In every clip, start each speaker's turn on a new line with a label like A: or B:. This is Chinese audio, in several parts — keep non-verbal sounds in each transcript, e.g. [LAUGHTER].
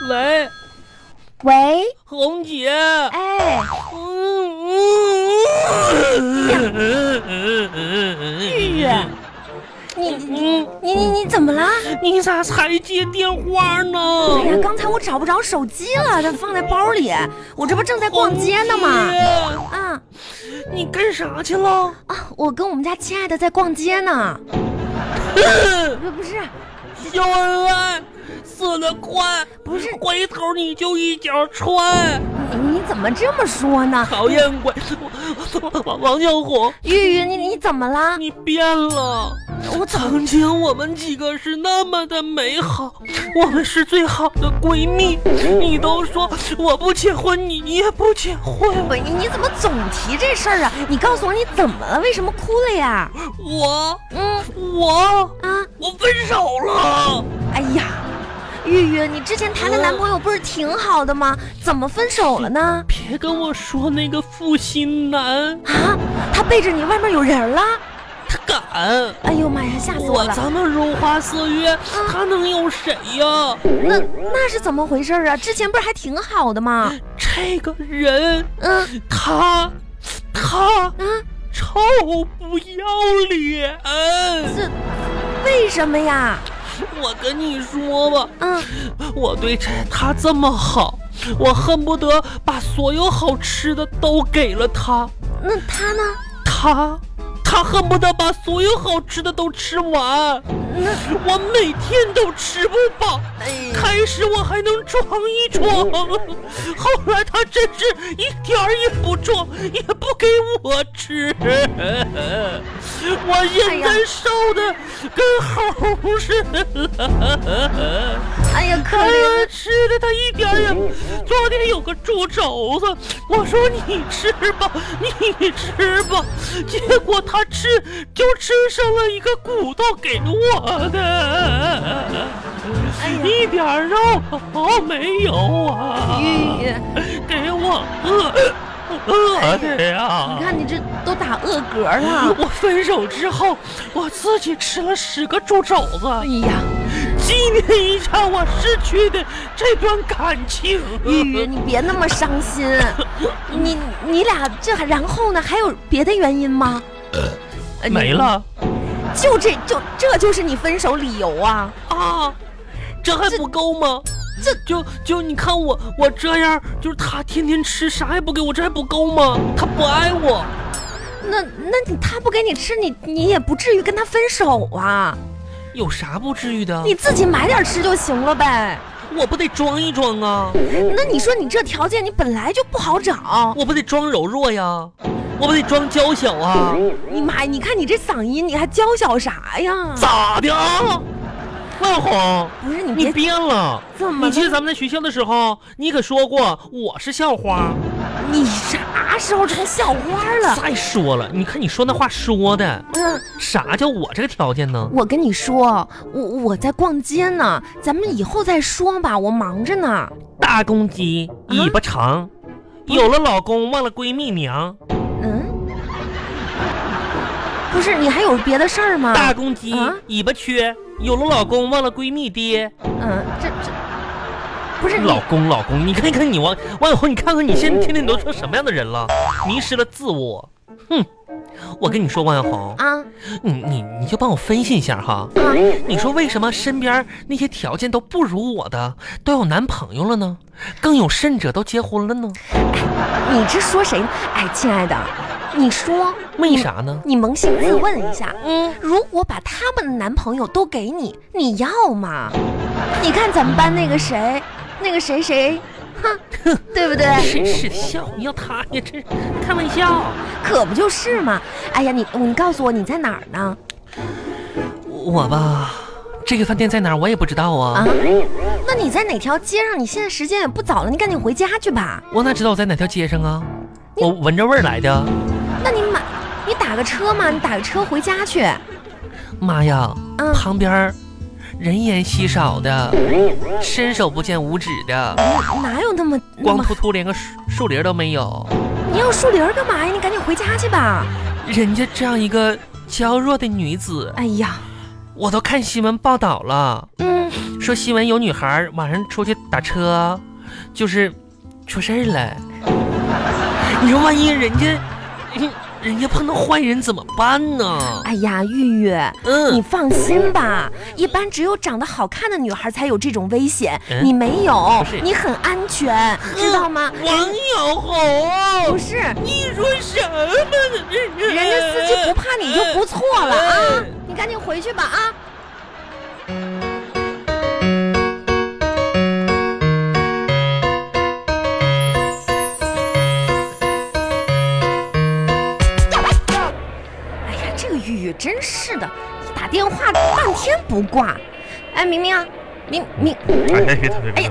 A: 喂，
B: 喂，
A: 红姐，
B: 哎，
A: 哎呀，
B: 你你你你你怎么啦？
A: 你咋才接电话呢？
B: 哎呀，刚才我找不着手机了，它放在包里。我这不正在逛街呢吗？
A: 红
B: 啊
A: 姐？你干啥去了？
B: 啊，我跟我们家亲爱的在逛街呢。不不是，
A: 小恩爱，死得快，
B: 不是
A: 回头你就一脚踹。
B: 你你怎么这么说呢？
A: 讨厌鬼！王王王小虎，
B: 玉玉，你你怎么啦？
A: 你变了。
B: 我怎么
A: 曾经我们几个是那么的美好，我们是最好的闺蜜。你都说我不结婚，你也不结婚。
B: 不你你怎么总提这事儿啊？你告诉我你怎么了？为什么哭了呀？
A: 我
B: 嗯
A: 我
B: 啊，
A: 我分手了，
B: 哎呀，玉玉，你之前谈的男朋友不是挺好的吗？怎么分手了呢？
A: 别跟我说那个负心男，
B: 啊，他背着你外面有人了？
A: 他敢。
B: 哎呦妈呀，吓死我
A: 我
B: 了！
A: 咱们如花似月，他能有谁呀？
B: 那那是怎么回事儿啊？之前不是还挺好的吗？
A: 这个人，
B: 嗯
A: 他他
B: 啊，
A: 臭不要脸！
B: 这为什么呀？
A: 我跟你说吧，
B: 嗯，
A: 我对这他这么好，我恨不得把所有好吃的都给了他，
B: 那他呢？
A: 他他恨不得把所有好吃的都吃完，
B: 那
A: 我每天都吃不饱。
B: 哎
A: 开始我还能装一装，后来他真是一点儿也不装，也不给我吃。我现在瘦的跟猴似的，
B: 哎呀，可
A: 哎
B: 怜
A: 呀，吃的他一点儿也不。昨天有个猪肘子，我说你吃吧， [LAUGHS] 你吃吧，结果他吃就吃上了一个骨头给我的。
B: 哎呀
A: 一点儿肉都没有啊！
B: 玉玉，
A: 给我饿饿的呀
B: 你！看你这都打饿嗝了。
A: 我分手之后，我自己吃了十个猪肘
B: 哎
A: 子，
B: 呀，
A: 纪念一下我失去的这段感情。
B: 玉玉，你别那么伤心。你你俩这还然后呢？还有别的原因吗？呃
A: 没，了
B: 你就这就这就是你分手理由啊？
A: 啊！这还不够吗？
B: 这
A: 就就你看我我这样，就是他天天吃啥也不给我，这还不够吗？他不爱我。
B: 那那你他不给你吃，你你也不至于跟他分手啊？
A: 有啥不至于的？
B: 你自己买点吃就行了呗。
A: 我不得装一装啊！
B: 那你说你这条件，你本来就不好找。
A: 我不得装柔弱呀，我不得装娇小啊？
B: 你妈，呀，你看你这嗓音，你还娇小啥呀？
A: 咋的啊？万红，
B: 不是你
A: 你
B: 别
A: 变了。
B: 这么
A: 你记得
B: 了，
A: 咱们在学校的时候，你可说过我是校花。
B: 你啥时候成校花了？
A: 再说了，你看你说那话说的， [LAUGHS]
B: 嗯，
A: 啥叫我这个条件呢？
B: 我跟你说，我我在逛街呢，咱们以后再说吧，我忙着呢。
A: 大公鸡
B: 啊
A: 尾巴长，有了老公忘了闺蜜娘。
B: 嗯，不是你还有别的事儿吗？
A: 大公鸡
B: 啊
A: 尾巴缺，有了老公忘了闺蜜爹。
B: 嗯，这这不是你
A: 老公，老公，你看看你王王永红，你看看你现
B: 嗯
A: 在天天你都成什么样的人了？迷失了自我，哼！我跟你说，王永红，
B: 啊
A: 你你你就帮我分析一下哈。
B: 啊，
A: 你说为什么身边那些条件都不如我的都有男朋友了呢？更有甚者都结婚了呢？
B: 你这说谁呢？哎，亲爱的，你说
A: 为啥呢？
B: 你扪心自问一下，
A: 嗯，
B: 如果把他们的男朋友都给你，你要吗？你看咱们班那个谁，那个谁谁，哼，对不对？
A: 真是笑，你要他呀，真是开玩笑。
B: 可不就是嘛？哎呀，你你告诉我你在哪儿呢？
A: 我吧，这个饭店在哪儿我也不知道啊。
B: 啊，那你在哪条街上？你现在时间也不早了，你赶紧回家去吧。
A: 我哪知道我在哪条街上啊？
B: 你
A: 我闻着味儿来的。
B: 那你买，你打个车嘛，你打个车回家去。
A: 妈呀，
B: 嗯
A: 旁边儿人烟稀少的，伸手不见五指的，
B: 哪有那么那
A: 光
B: 么？
A: 秃秃连个树树林都没有。
B: 你要树林儿干嘛呀？你赶紧回家去吧。
A: 人家这样一个娇弱的女子，
B: 哎呀，
A: 我都看新闻报道了，
B: 嗯，
A: 说新闻有女孩晚上出去打车，就是出事儿了。你说万一人家，人人家碰到坏人怎么办呢？
B: 哎呀，玉玉，你
A: 嗯，
B: 放心吧，一般只有长得好看的女孩才有这种危险，
A: 嗯
B: 你没有
A: 不是，嗯
B: 你很安全，知道吗？
A: 王小
B: 不
A: 红，
B: 是，
A: 你说什么呢？这
B: 人家司机不怕你就不错了啊
A: 嗯！
B: 你赶紧回去吧啊！哎呀，这个玉玉真是的，一打电话半天不挂。哎，明明啊，明
C: [LAUGHS]
B: 明
C: 哎，别别别别！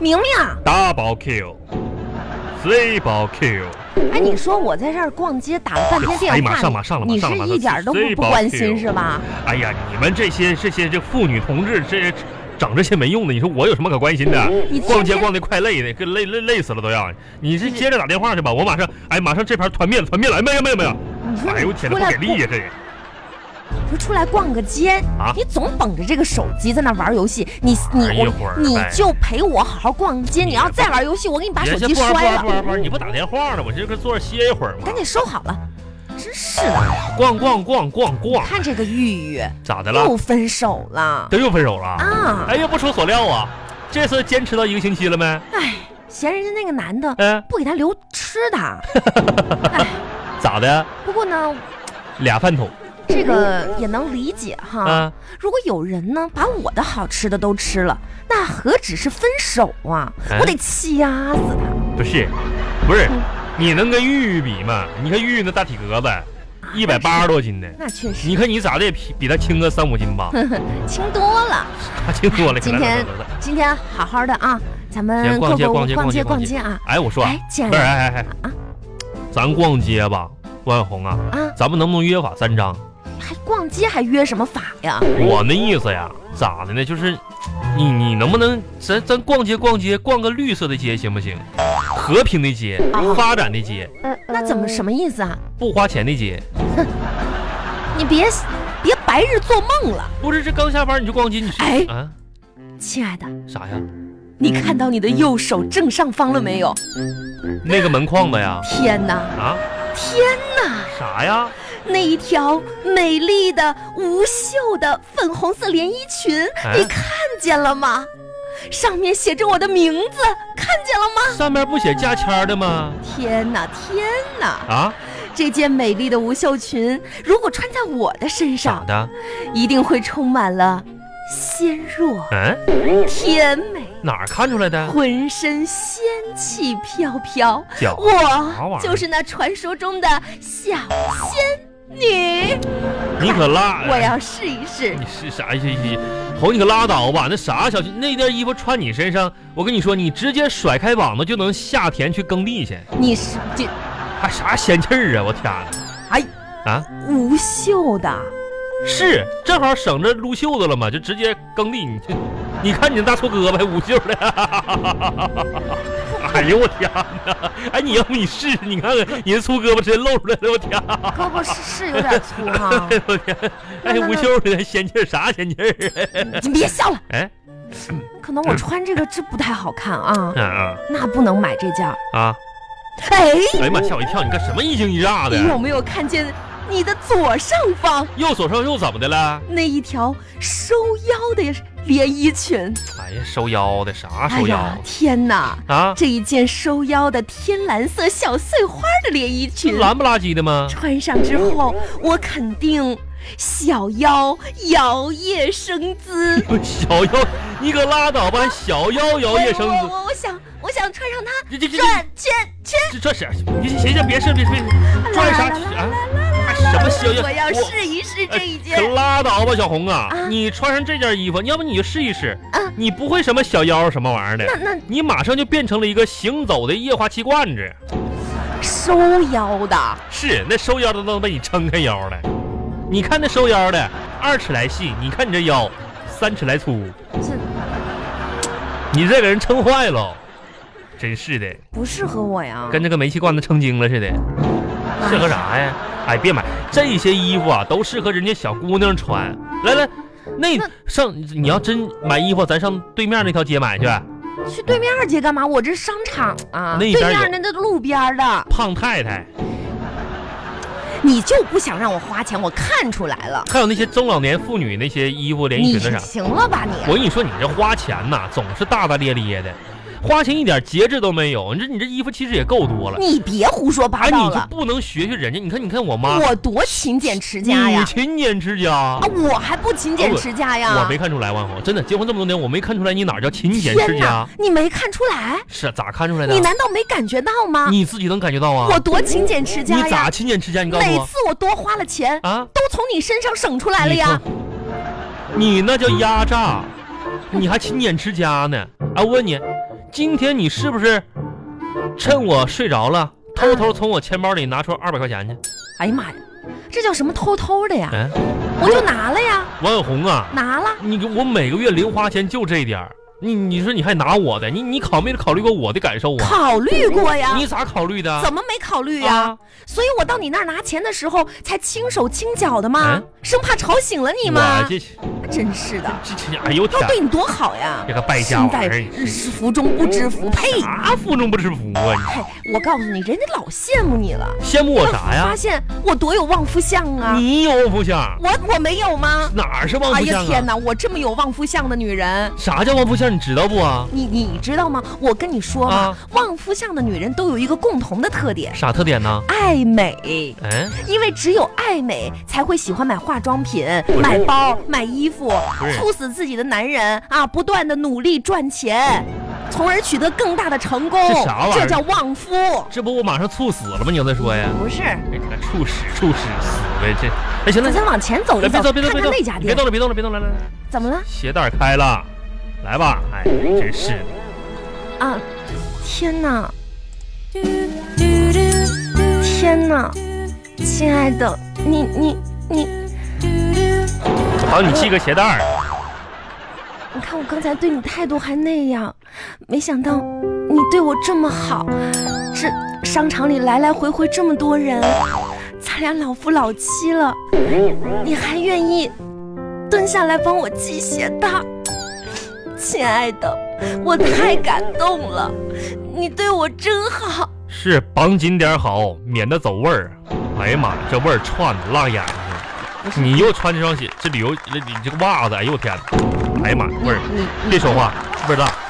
B: 明明啊，
C: ，double kill，triple kill，
B: 哎，你说我在这儿逛街打了半天电话，
C: 哎马上马上了
B: 你
C: 马
B: 你
C: 上
B: 是
C: 了马上
B: 一点儿都不
C: 谁
B: 不
C: 保
B: 关
C: 持
B: 心
C: 我
B: 是吧？
C: 哎呀，你们这些这些这妇女同志这长这些没用的，你说我有什么可关心的
B: 你天？
C: 逛街
B: 天
C: 逛的快累的，跟累累累死了都要。你是接着打电话去吧，我马上哎马上这盘团面团面来，没有没有没有。
B: 你说
C: 哎呦
B: 你
C: 我天
B: 出
C: 哪，
B: 来
C: 不给力呀、这人。
B: 不出来逛个街
C: 啊
B: 你总捧着这个手机在那玩游戏，你你
C: 哎一会
B: 我
C: 儿
B: 你
C: 哎
B: 就陪我好好逛街。你要再玩游戏，我给你把手
C: 别
B: 机
C: 哎不玩不
B: 摔
C: 玩不
B: 了，
C: 玩不玩，你不打电话呢，我这搁坐着歇一会儿嘛。
B: 赶紧收好了。真是的，
C: 逛逛逛逛逛，
B: 看这个玉玉
C: 咋的
B: 又
C: 了？
B: 分手了
C: 都又分手了？
B: 啊！
C: 哎呀，不出所料啊，这次坚持到一个星期了没？
B: 哎，嫌人家那个男的
C: 嗯，
B: 不给他留吃的。
C: [LAUGHS]
B: 哎，
C: 咋的？
B: 不过呢，
C: 俩饭桶
B: 这个也能理解哈。
C: 啊？
B: 如果有人呢把我的好吃的都吃了，那何止是分手啊？
C: 哎
B: 我得掐死
C: 不是，不是，你能跟玉玉比吗？你看玉玉那大体格子，
B: 他。
C: 一百八十多斤的
B: 那，是，那确实
C: 你看你咋的也比比他轻个三五斤吧？
B: 轻多了。
C: 他轻多了。
B: 今
C: 可能
B: 天
C: 可能可能
B: 今天好好的啊，咱们
C: 行逛街
B: 各个
C: 逛街
B: 逛街
C: 逛
B: 逛
C: 街
B: 街啊
C: 哎，我说啊
B: 哎，亲爱
C: 不
B: 的
C: 是，哎哎
B: 啊
C: 哎，咱逛街吧，王小红啊，
B: 啊！
C: 咱们能不能约法三章？
B: 还逛街还约什么法呀？
C: 我那意思呀，咋的呢？就是你你能不能咱咱逛街逛街，逛个绿色的街行不行？和平的街
B: 啊，
C: 发展的街，
B: 那怎么什么意思啊？
C: 不花钱的街。
B: 你别别白日做梦了，
C: 不是这刚下班你就逛街，你是
B: 哎
C: 啊
B: 亲爱的，
C: 啥呀？
B: 你看到你的右手正上方了没有？
C: 那个门框子呀？
B: 天哪，
C: 啊
B: 天哪！
C: 啥呀？
B: 那一条美丽的、无袖的粉红色连衣裙，
C: 哎
B: 你看见了吗？上面写着我的名字，看见了吗？
C: 上面不写价签儿的吗？
B: 天哪，天哪！
C: 啊，
B: 这件美丽的无袖裙，如果穿在我的身
C: 咋
B: 上，
C: 的？
B: 一定会充满了纤弱、
C: 嗯，
B: 甜美，
C: 哪儿看出来的？
B: 浑身仙气飘飘。
C: 脚啥玩意
B: 我
C: 儿
B: 就是那传说中的小仙女，
C: 你可拉！
B: 我要试一试。
C: 你是啥意思？红，你可拉倒吧！那啥小区那件衣服穿你身上，我跟你说，你直接甩开膀子就能下田去耕地去，
B: 你是这
C: 还啥仙气儿啊！我天哪！
B: 哎
C: 啊，
B: 无袖的，
C: 是正好省着撸袖子了嘛，就直接耕地。你这，你看你那大粗胳膊还捂袖的， [LAUGHS] 哎呦我天哪！哎，你要不你试试，你看看你的粗胳膊直接露出来了，我天！
B: 胳膊是是有点粗哈、
C: 哎呦我天！哎，捂袖的还仙气儿啥仙气
B: [LAUGHS]
C: 儿？
B: 你别笑了，
C: 哎，
B: 可能我穿这个这不太好看啊，
C: 嗯嗯
B: 那不能买这件儿。
C: 啊！
B: 哎，
C: 哎呀妈，吓我一跳！你干什么一惊一乍的？
B: 你有没有看见你的左上方
C: 右手上又怎么的了？
B: 那一条收腰的连衣裙？
C: 哎呀，收腰的啥
B: 哎
C: 收腰
B: 呀，天哪！
C: 啊？
B: 这一件收腰的天蓝色小碎花的连衣裙，
C: 蓝不拉几的吗？ [LAUGHS]
B: 穿上之后，我肯定小腰摇曳生姿。
C: 小腰，你可拉倒吧！小腰摇曳生
B: 我
C: 姿，
B: 我我想我想穿上它
C: 这这这
B: 转圈圈。
C: [LAUGHS] 这这谁？你行行，别试别试，拽啥啊？哎什么小腰？
B: 我要试一试这一件
C: 可。拉倒吧，小红啊
B: 啊！
C: 你穿上这件衣服，要不你就试一试
B: 啊。
C: 你不会什么小腰什么玩意儿的，
B: 那
C: 你马上就变成了一个行走的液化气罐子。
B: 那收腰的，
C: 是，那收腰的都能被你撑开腰了。你看那收腰的，二尺来细，你看你这腰，三尺来粗，
B: 这
C: 你这给人撑坏了，真是的，
B: 不适合我呀。
C: 跟这个煤气罐子撑精了似的。适合啥呀？哎，别买这些衣服啊，都适合人家小姑娘穿。来来，那
B: 那
C: 上你要真买衣服，咱上对面那条街买去。
B: 去对面二街干嘛？我这商场啊，
C: 那
B: 对
C: 边有
B: 面那那路边儿的，
C: 胖太太，
B: 你就不想让我花钱，我看出来了。
C: 还有那些中老年妇女那些衣服、连衣
B: 你
C: 裙子啥，
B: 行了吧你？
C: 我跟你说，你这花钱呐、总是大大咧咧的，花钱一点节制都没有。你这你这衣服其实也够多了，
B: 你别胡说八
C: 哎，你
B: 道
C: 就
B: 了，
C: 不能学学人家？你看，你看我妈，
B: 我多勤俭持家
C: 你
B: 呀！
C: 勤俭持家
B: 啊，，我还不勤俭持家呀！
C: 我没看出来，万红，真的，结婚这么多年，我没看出来你哪儿叫勤俭持
B: 天
C: 家
B: 哪，，你没看出来？
C: 是啊咋看出来的
B: 你？难道没感觉到吗？
C: 你自己能感觉到啊？
B: 我多勤俭持
C: 你
B: 家
C: 咋
B: 呀！
C: 勤俭持家？你告诉
B: 每
C: 我
B: 次我多花了钱，
C: 啊！
B: 都从你身上省出来了呀！
C: 你那叫压榨，你还勤俭持家呢？啊，我问你，今天你是不是趁我睡着了，偷偷从我钱包里拿出二百块钱去？
B: 哎呀妈呀，这叫什么偷偷的呀？
C: 嗯、
B: 我就拿了呀，
C: 王永红啊，
B: 拿了。
C: 你给我每个月零花钱就这一点儿，你你说你还拿我的，你你考没考虑过我的感受啊？
B: 考虑过呀，
C: 你咋考虑的？
B: 怎么没考虑呀、
C: 啊
B: 所以我到你那儿拿钱的时候才轻手轻脚的嘛，
C: 嗯
B: 生怕吵醒了你
C: 我
B: 嘛。
C: 这这
B: 真是的，
C: 这，哎呦我天
B: 要！对你多好呀！
C: 这个败家
B: 身
C: 玩
B: 在
C: 意儿，
B: 福中不知福，呸！
C: 啥福中不知福啊！
B: 嘿，我告诉你，人家老羡慕你了
C: 你，羡慕我啥呀
B: 发？现我多有旺夫相啊！
C: 你有福相，
B: 我我没有吗？
C: 哪儿是旺
B: 哎
C: 夫
B: 呀
C: 相
B: 天
C: 啊？
B: 哪，我这么有旺夫相的女人，
C: 啥叫旺夫相？你知道不啊？
B: 你你知道吗？我跟你说嘛
C: 啊，
B: 旺夫相的女人都有一个共同的特点，
C: 啥特点呢？
B: 爱美。
C: 嗯，
B: 因为只有爱美，才会喜欢买化妆品、买包、买衣服
C: 不是，
B: 促使自己的男人啊不断的努力赚钱，从而取得更大的成功。
C: 这啥玩意儿
B: 这叫旺夫。
C: 这不我马上猝死了吗？你又在说呀？
B: 不是，
C: 哎，你看猝死，猝死死呗这。哎，行了，
B: 咱
C: 来
B: 先往前走一走，
C: 别动，别动，
B: 看看
C: 别动
B: 那家，
C: 你别
B: 店
C: 动了，别动了，别动了，来来来，
B: 怎么了
C: 鞋带开了，来吧。哎，真是的。
B: 啊？天哪！天哪！亲爱的，你你你，
C: 帮你系个鞋带儿，
B: 你看我刚才对你态度还那样，没想到你对我这么好。这商场里来来回回这么多人，咱俩老夫老妻了，你还愿意蹲下来帮我系鞋带儿？亲爱的，我太感动了，你对我真好。
C: 是绑紧点儿好，免得走味儿。哎呀妈呀，这味儿串的辣眼睛。你又穿这双鞋，这旅游，这你这个袜子，哎呦我天！哎呀妈呀，味儿，别说话，味儿大。